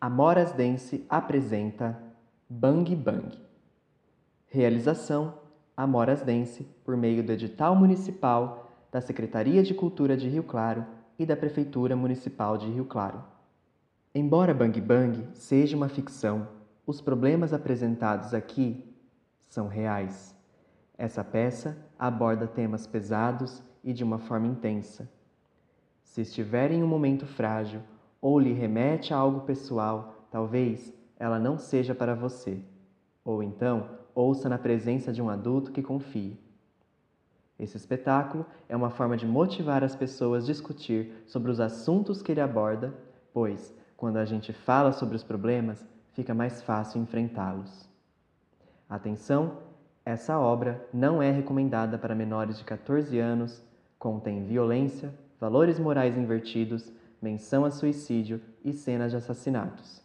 Amoras Dance apresenta Bang Bang. Realização Amoras Dance por meio do edital municipal da Secretaria de Cultura de Rio Claro e da Prefeitura Municipal de Rio Claro. Embora Bang Bang seja uma ficção, os problemas apresentados aqui são reais. Essa peça aborda temas pesados e de uma forma intensa. Se estiver em um momento frágil ou lhe remete a algo pessoal, talvez ela não seja para você. Ou então, ouça na presença de um adulto que confie. Esse espetáculo é uma forma de motivar as pessoas a discutir sobre os assuntos que ele aborda, pois, quando a gente fala sobre os problemas, fica mais fácil enfrentá-los. Atenção! Essa obra não é recomendada para menores de 14 anos, contém violência, valores morais invertidos, menção a suicídio e cenas de assassinatos.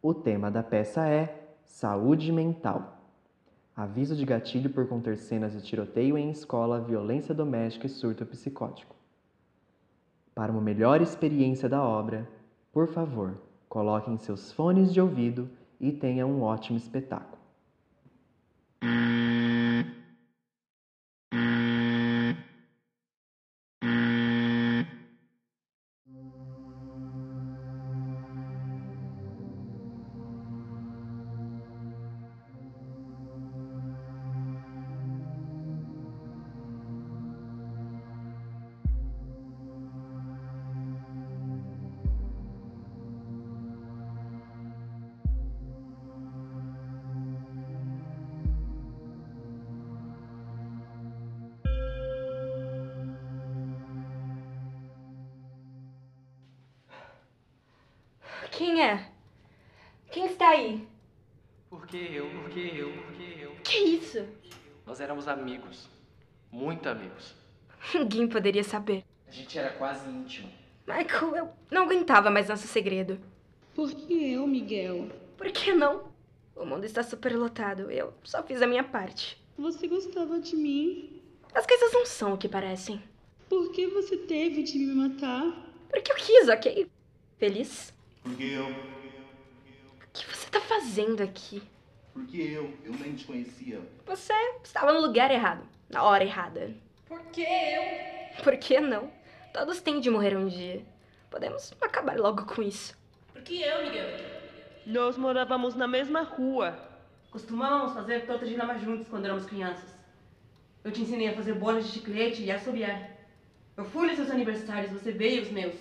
O tema da peça é Saúde Mental. Aviso de gatilho por conter cenas de tiroteio em escola, violência doméstica e surto psicótico. Para uma melhor experiência da obra, por favor, coloquem seus fones de ouvido e tenha um ótimo espetáculo. Quem é? Quem está aí? Porque eu, porque eu, porque eu. Que isso? Nós éramos amigos. Muito amigos. Ninguém poderia saber. A gente era quase íntimo. Michael, eu não aguentava mais nosso segredo. Por que eu, Miguel? Por que não? O mundo está superlotado. Eu só fiz a minha parte. Você gostava de mim. As coisas não são o que parecem. Por que você teve de me matar? Porque eu quis, ok? Feliz? Porque eu. O que você tá fazendo aqui? Porque eu. Eu nem te conhecia. Você estava no lugar errado, na hora errada. Por que eu? Por que não? Todos têm de morrer um dia. Podemos acabar logo com isso. Por que eu, Miguel? Nós morávamos na mesma rua. Costumávamos fazer toda a dinama juntos quando éramos crianças. Eu te ensinei a fazer bolas de chiclete e a assobiar. Eu fui nos seus aniversários, você veio aos meus.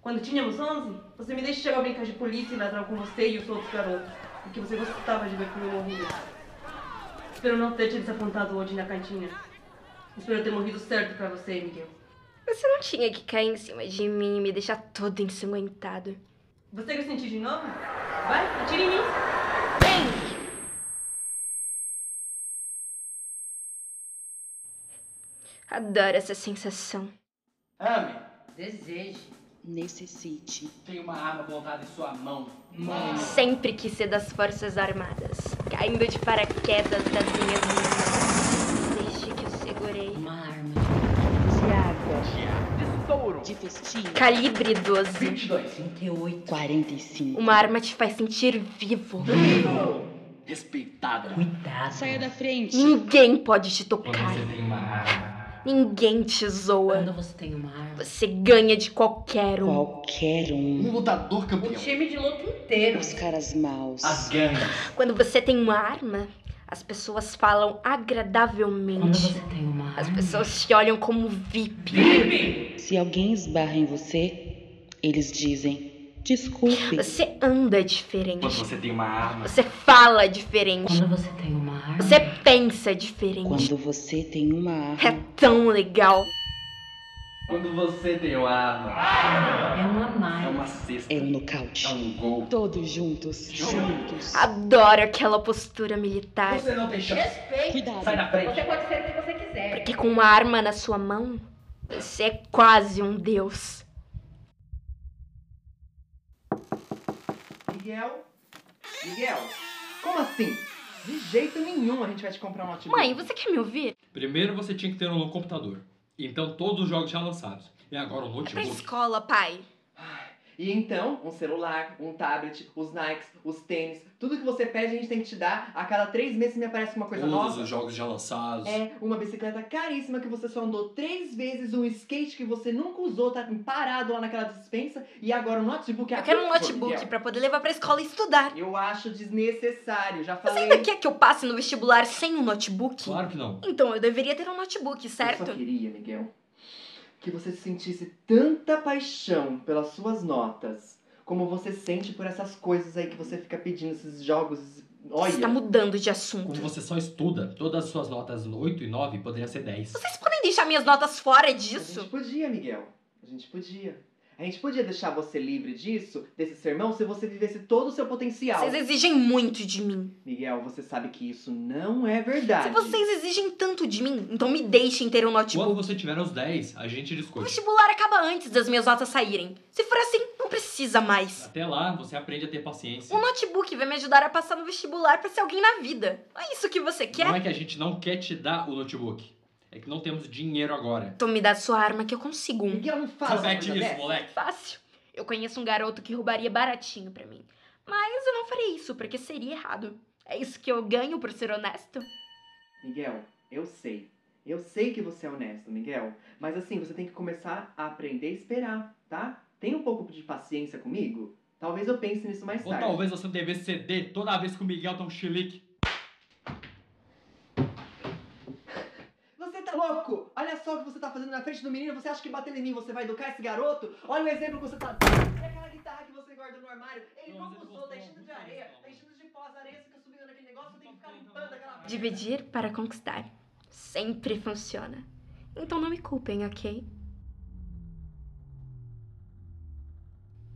Quando tínhamos 11, você me deixava brincar de polícia e ladrão com você e os outros garotos, porque você gostava de ver como eu morria. Espero não ter te desapontado hoje na cantina. Espero ter morrido certo pra você, Miguel. Você não tinha que cair em cima de mim e me deixar todo ensanguentado. Você quer sentir de novo? Vai, atira em mim! Adoro essa sensação. Ame, Deseje. Necessite. tem uma arma montada em sua mão. Sempre quis ser das Forças Armadas, caindo de paraquedas das minhas mãos. Desde que eu segurei. Uma arma. De água. Tesouro! De festim. Calibre 12. 22. 38. 45. Uma arma te faz sentir vivo. Respeitada. Ah, Saia da frente. Ninguém pode te tocar. Você tem uma arma. Ninguém te zoa. Quando você tem uma arma. Você ganha de qualquer um. Qualquer um. Um lutador O campeão. time de luta inteiro. Os caras maus. As gangues. Quando você tem uma arma, as pessoas falam agradavelmente. tem uma As pessoas te olham como VIP. Se alguém esbarra em você, eles dizem: desculpe. Você anda Quando diferente. você tem uma arma. Você fala diferente. você tem uma arma. Você pensa diferente. Quando você tem uma É arma, tão legal. Quando você tem uma arma. é uma mais. É uma cesta. é um nocaute. É um gol. Todos juntos. Juntos. Adoro aquela postura militar. Você não tem chance. Respeito. Cuidado. Sai da frente. Você pode ser o que você quiser. Porque com uma arma na sua mão, você é quase um deus. Miguel? Miguel? Como assim? De jeito nenhum a gente vai te comprar um notebook. Mãe, você quer me ouvir? Primeiro você tinha que ter um novo computador. Então todos os jogos já lançados. E agora o É pra notebook. escola, pai. E então, um celular, um tablet, os Nikes, os tênis, tudo que você pede a gente tem que te dar. A cada três meses me aparece uma coisa Todos nova. os jogos já lançados. É uma bicicleta caríssima que você só andou três vezes, um skate que você nunca usou, tá parado lá naquela dispensa, e agora um notebook é Eu quero um absurdo. notebook pra poder levar pra escola e estudar. Eu acho desnecessário, já Você falei. ainda quer que eu passe no vestibular sem um notebook? Claro que não. Então eu deveria ter um notebook, Eu só certo? queria, Miguel, que você sentisse tanta paixão pelas suas notas, como você sente por essas coisas aí que você fica pedindo, esses jogos. esses- Olha, Você tá mudando de Como assunto. você só estuda, todas as suas notas 8 e 9 poderiam ser 10. Vocês podem deixar minhas notas fora a disso? gente podia, Miguel. A gente podia. A gente podia deixar você livre disso, desse sermão, se você vivesse todo o seu potencial. Vocês exigem muito de mim. Miguel, você sabe que isso não é Se verdade. vocês exigem tanto de mim, então me deixem ter um Quando notebook. você tiver os 10, a gente O discute. vestibular acaba antes das minhas notas saírem. Se for assim, não precisa mais. Até lá, você aprende a ter paciência. Um notebook vai me ajudar a passar no vestibular pra ser alguém na vida. Não é isso que você quer? Não é que a gente não quer te dar o notebook. É que não temos dinheiro agora. Então me dá sua arma que eu consigo um. É Miguel, não fala essa Repete coisa isso, dessa. moleque. Fácil. Eu conheço um garoto que roubaria baratinho pra mim. Mas eu não farei isso, porque seria errado. É isso que eu ganho por ser honesto? Miguel, eu sei. Eu sei que você é honesto, Miguel. Mas assim, você tem que começar a aprender a esperar, tá? Tem um pouco de paciência comigo? Talvez eu pense nisso mais Ou tarde. talvez você devesse ceder toda vez que o Miguel tá um chilique. Você tá louco? Olha só o que você tá fazendo na frente do menino. Você acha que batendo em mim você vai educar esse garoto? Olha o exemplo que você tá dando. E aquela guitarra que você guarda no armário. Ele Não, nunca você usou, tá gostou, enchendo de você areia, gostou. tá enchendo de pó, as areias fica subindo naquele negócio, eu tenho que ficar limpando aquela merda. Dividir para conquistar. Sempre funciona. Então não me culpem, ok?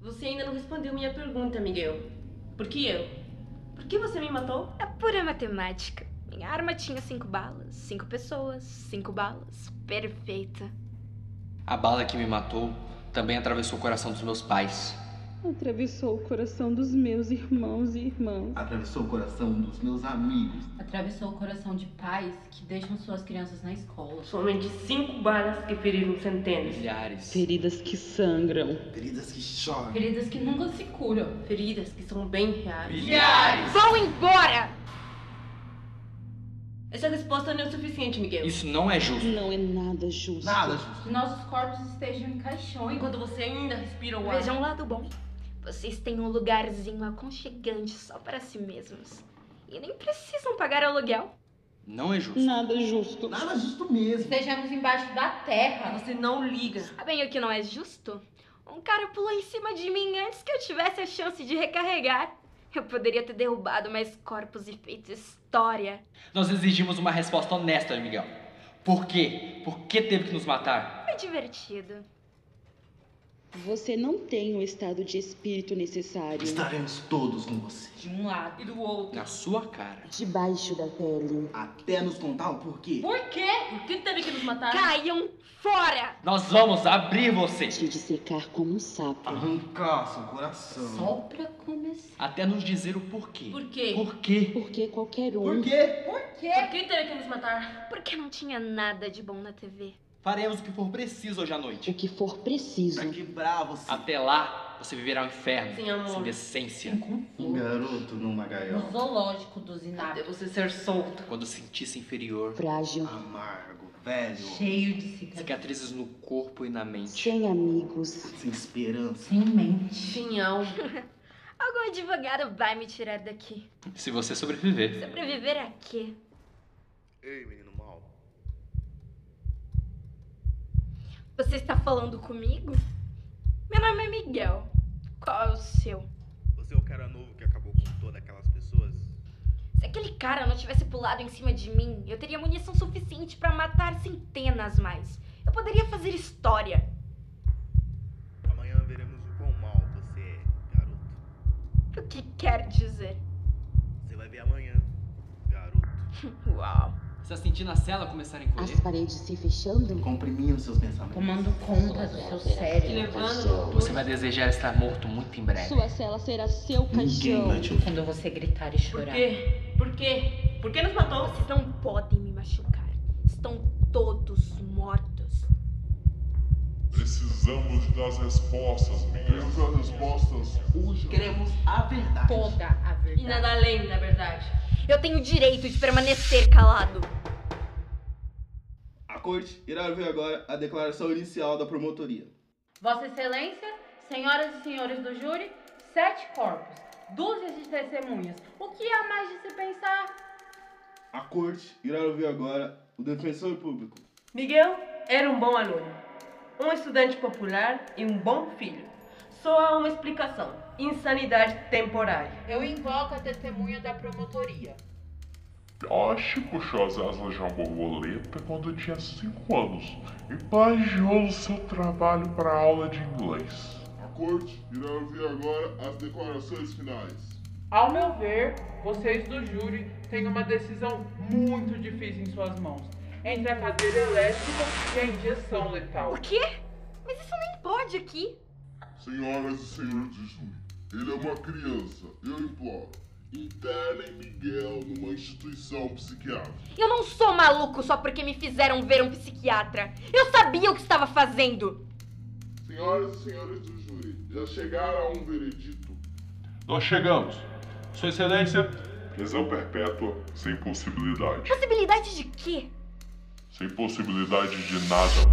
Você ainda não respondeu minha pergunta, Miguel. Por que eu? Por que você me matou? É pura matemática. Minha arma tinha cinco balas, cinco pessoas, cinco balas. Perfeita. A bala que me matou também atravessou o coração dos meus pais. Atravessou o coração dos meus irmãos e irmãs. Atravessou o coração dos meus amigos. Atravessou o coração de pais que deixam suas crianças na escola. Sou homem de cinco balas que feriram centenas. Milhares. Feridas que sangram. Feridas que choram. Feridas que nunca se curam. Feridas que são bem reais. Milhares! Vão embora! Essa resposta não é o suficiente, Miguel. Isso não é justo. Não é nada justo. Nada justo. Que nossos corpos estejam em caixões. Enquanto você ainda respira o ar. Vejam um lado bom. Vocês têm um lugarzinho aconchegante só para si mesmos. E nem precisam pagar aluguel. Não é justo. Nada justo. Nada justo mesmo. Estejamos embaixo da terra. Você não liga. Sabem o que não é justo? Um cara pulou em cima de mim antes que eu tivesse a chance de recarregar. Eu poderia ter derrubado mais corpos e feito história. Nós exigimos uma resposta honesta, Miguel. Por quê? Por que teve que nos matar? Foi divertido. Você não tem o estado de espírito necessário. Estaremos todos com você. De um lado. E do outro. Na sua cara. Debaixo da pele. Até nos contar o porquê. Por quê? Por que teve que nos matar? Caiam fora! Nós vamos abrir você. Te dissecar como um sapo. Arrancar seu coração. Só pra começar. Até nos dizer o porquê. Por quê? Por quê? Porque qualquer um. Por quê? Por que teve que nos matar? Porque não tinha nada de bom na TV. Faremos o que for preciso hoje à noite. O que for preciso. Pra quebrar você. Até lá, você viverá um inferno. Sim, amor. Sem decência. Um garoto numa No gaiola. zoológico dos Até inaptos. você ser solto. Quando sentir-se inferior. Frágil. Amargo, velho, Cheio de cicatrizes. Cicatrizes no corpo e na mente. Sem amigos. sem esperança. Sem mente. Sem alma. Algum advogado vai me tirar daqui. Se você sobreviver. Sobreviver a quê? Ei, menino mal. Você está falando comigo? Meu nome é Miguel. Qual é o seu? Você é o cara novo que acabou com todas aquelas pessoas? Se aquele cara não tivesse pulado em cima de mim, eu teria munição suficiente pra matar centenas mais. Eu poderia fazer história. Amanhã veremos o quão mal você é, garoto. O que quer dizer? Você vai ver amanhã, garoto. Uau. Se as sentinas na cela começarem a encolher, As paredes se fechando. Comprimindo seus pensamentos. Tomando conta do seu Te cérebro. levando. você vai desejar estar morto muito em breve. Sua cela será seu Ninguém caixão. vai te ouvir. Quando você gritar e Por chorar. quê? Por quê? Por que nos matou? Vocês não podem me machucar. Estão todos mortos. Precisamos das respostas, Miguel. Queremos as respostas Um hoje. Queremos a verdade. Toda a é verdade. E nada além da verdade. Eu tenho o direito de permanecer calado. A corte irá ouvir agora a declaração inicial da promotoria. Vossa Excelência, senhoras e senhores do júri, sete corpos, dúzias de testemunhas. O que há mais de se pensar? A corte irá ouvir agora o defensor público. Miguel era um bom aluno, um estudante popular e um bom filho. Só há uma explicação: insanidade temporária. Eu invoco a testemunha da promotoria. Yoshi puxou as asas de uma borboleta quando tinha 5 anos e plagiou seu trabalho para aula de inglês. A corte irá ouvir agora as declarações finais. Ao meu ver, vocês do júri têm uma decisão muito difícil em suas mãos. Entre a cadeira elétrica e a injeção letal. O quê? Mas isso nem pode aqui. Senhoras e senhores do júri, ele é uma criança, eu imploro. Internem Miguel numa instituição psiquiátrica. Eu não sou maluco só porque me fizeram ver um psiquiatra. Eu sabia o que estava fazendo. Senhoras e senhores do júri, já chegaram a um veredito. Nós chegamos. Sua Excelência. Prisão perpétua sem possibilidade. Possibilidade de quê? Sem possibilidade de nada.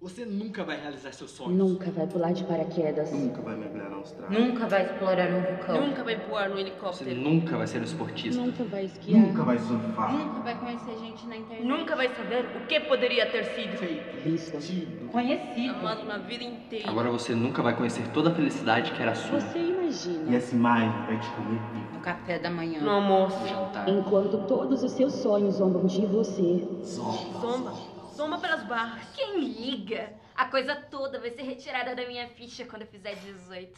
Você nunca vai realizar seus sonhos. Nunca vai pular de paraquedas. Nunca vai mergulhar na Austrália. Nunca vai explorar um vulcão. Nunca vai voar no helicóptero. Você nunca vai ser um esportista. Nunca vai esquiar. Nunca vai surfar. Nunca vai conhecer gente na internet. Nunca vai saber o que poderia ter sido. Feito. Conhecido. Amado na vida inteira. Agora você nunca vai conhecer toda a felicidade que era sua. Você imagina. E esse maio vai te comer vivo. No café da manhã. No almoço. No jantar. Enquanto todos os seus sonhos zombam de você. Zomba. Zomba. Soma pelas barras. Quem liga? A coisa toda vai ser retirada da minha ficha quando eu fizer 18.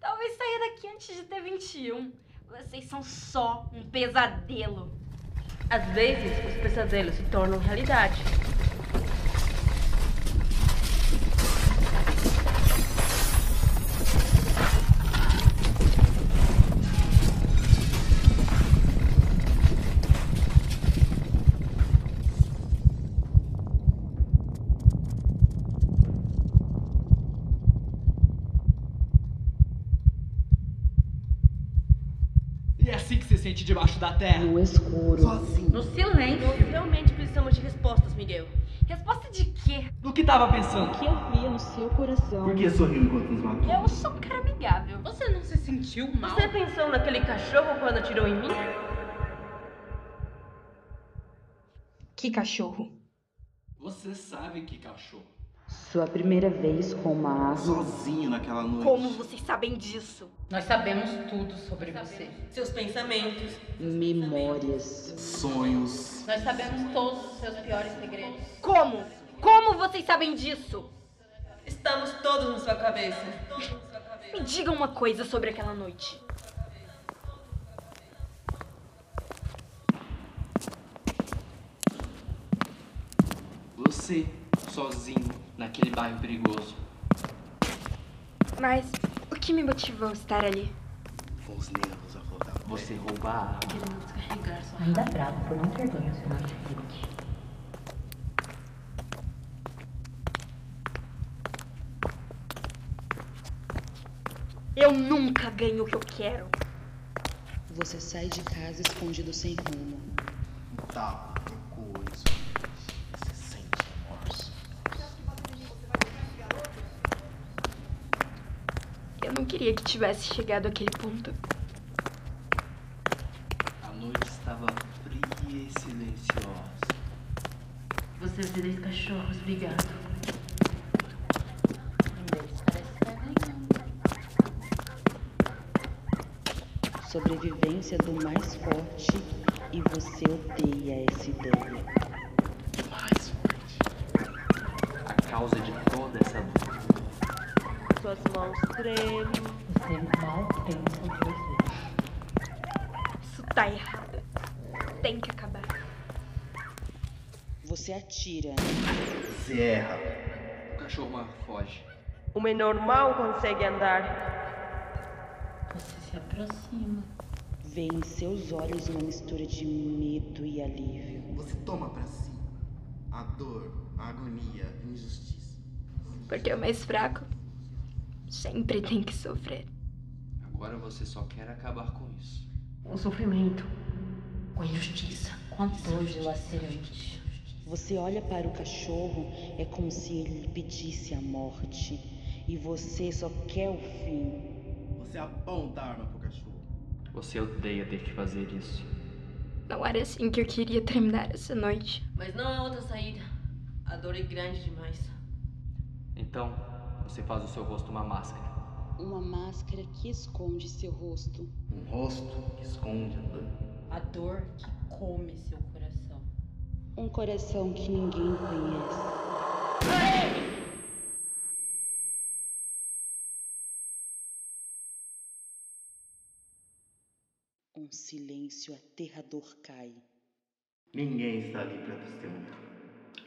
Talvez saia daqui antes de ter 21. Vocês são só um pesadelo. Às vezes, os pesadelos se tornam realidade. E é assim que se sente debaixo da terra. No escuro. Sozinho. No silêncio. Nós realmente precisamos de respostas, Miguel. Resposta de quê? Do que tava pensando? O que havia no seu coração? Por que sorriu enquanto nos matou? Eu sou um cara amigável. Você não se sentiu mal? Você pensou naquele cachorro quando atirou em mim? Que cachorro? Você sabe que cachorro. Sua primeira vez com uma arma. Sozinho naquela noite. Como vocês sabem disso? Nós sabemos tudo sobre você. Seus pensamentos. Memórias. Sonhos. Nós sabemos todos os seus piores segredos. Como? Como vocês sabem disso? Estamos todos na sua cabeça. Me digam uma coisa sobre aquela noite. Você, sozinho, naquele bairro perigoso. Mas o que me motivou a estar ali? Com os nervos a flor da pele. Você roubar a arma. Querendo descarregar sua Ainda bravo por não ter ganho seu notebook. Eu nunca ganho o que eu quero. Você sai de casa escondido sem rumo. Um tapa, recuo, Você sente remorso. Eu não queria que tivesse chegado àquele ponto. A noite estava fria e silenciosa. Você vê dois cachorros brigando. Um deles parece estar ganhando. Sobrevivência do mais forte. E você odeia essa ideia. Mais um forte. A causa de toda essa dor. Suas mãos tremem. Você um mal pensa duas vezes. Isso tá errado. Tem que acabar. Você atira. Você erra. O cachorro maior foge. O menor mal consegue andar. Você se aproxima. Vê em seus olhos uma mistura de medo e alívio. Você toma pra si. a dor, a agonia, a injustiça. Porque é o mais fraco sempre tem que sofrer. Agora você só quer acabar com isso. Com sofrimento. Com injustiça. Com dor lacerante. Você olha para o cachorro, é como se ele lhe pedisse a morte. E você só quer o fim. Você aponta a arma pro cachorro. Você odeia ter que fazer isso. Não era assim que eu queria terminar essa noite. Mas não há outra saída. A dor é grande demais. Então, você faz do seu rosto uma máscara. Uma máscara que esconde seu rosto. Um rosto que esconde a dor. A dor que come seu coração. Um coração que ninguém conhece. Um silêncio aterrador cai. Ninguém está ali pra testemunhar.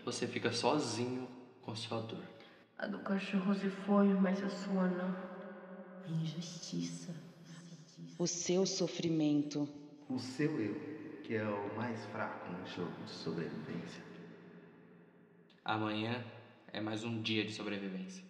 Você fica sozinho com sua dor. A do cachorro se foi, mas a sua não. Injustiça. O seu sofrimento. O seu eu, que é o mais fraco no jogo de sobrevivência. Amanhã é mais um dia de sobrevivência.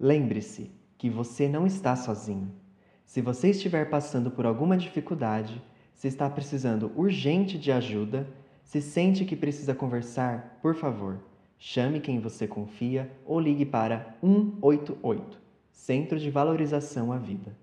Lembre-se que você não está sozinho. Se você estiver passando por alguma dificuldade, se está precisando urgente de ajuda, se sente que precisa conversar, por favor, chame quem você um confia ou ligue para 188 Centro de Valorização à Vida.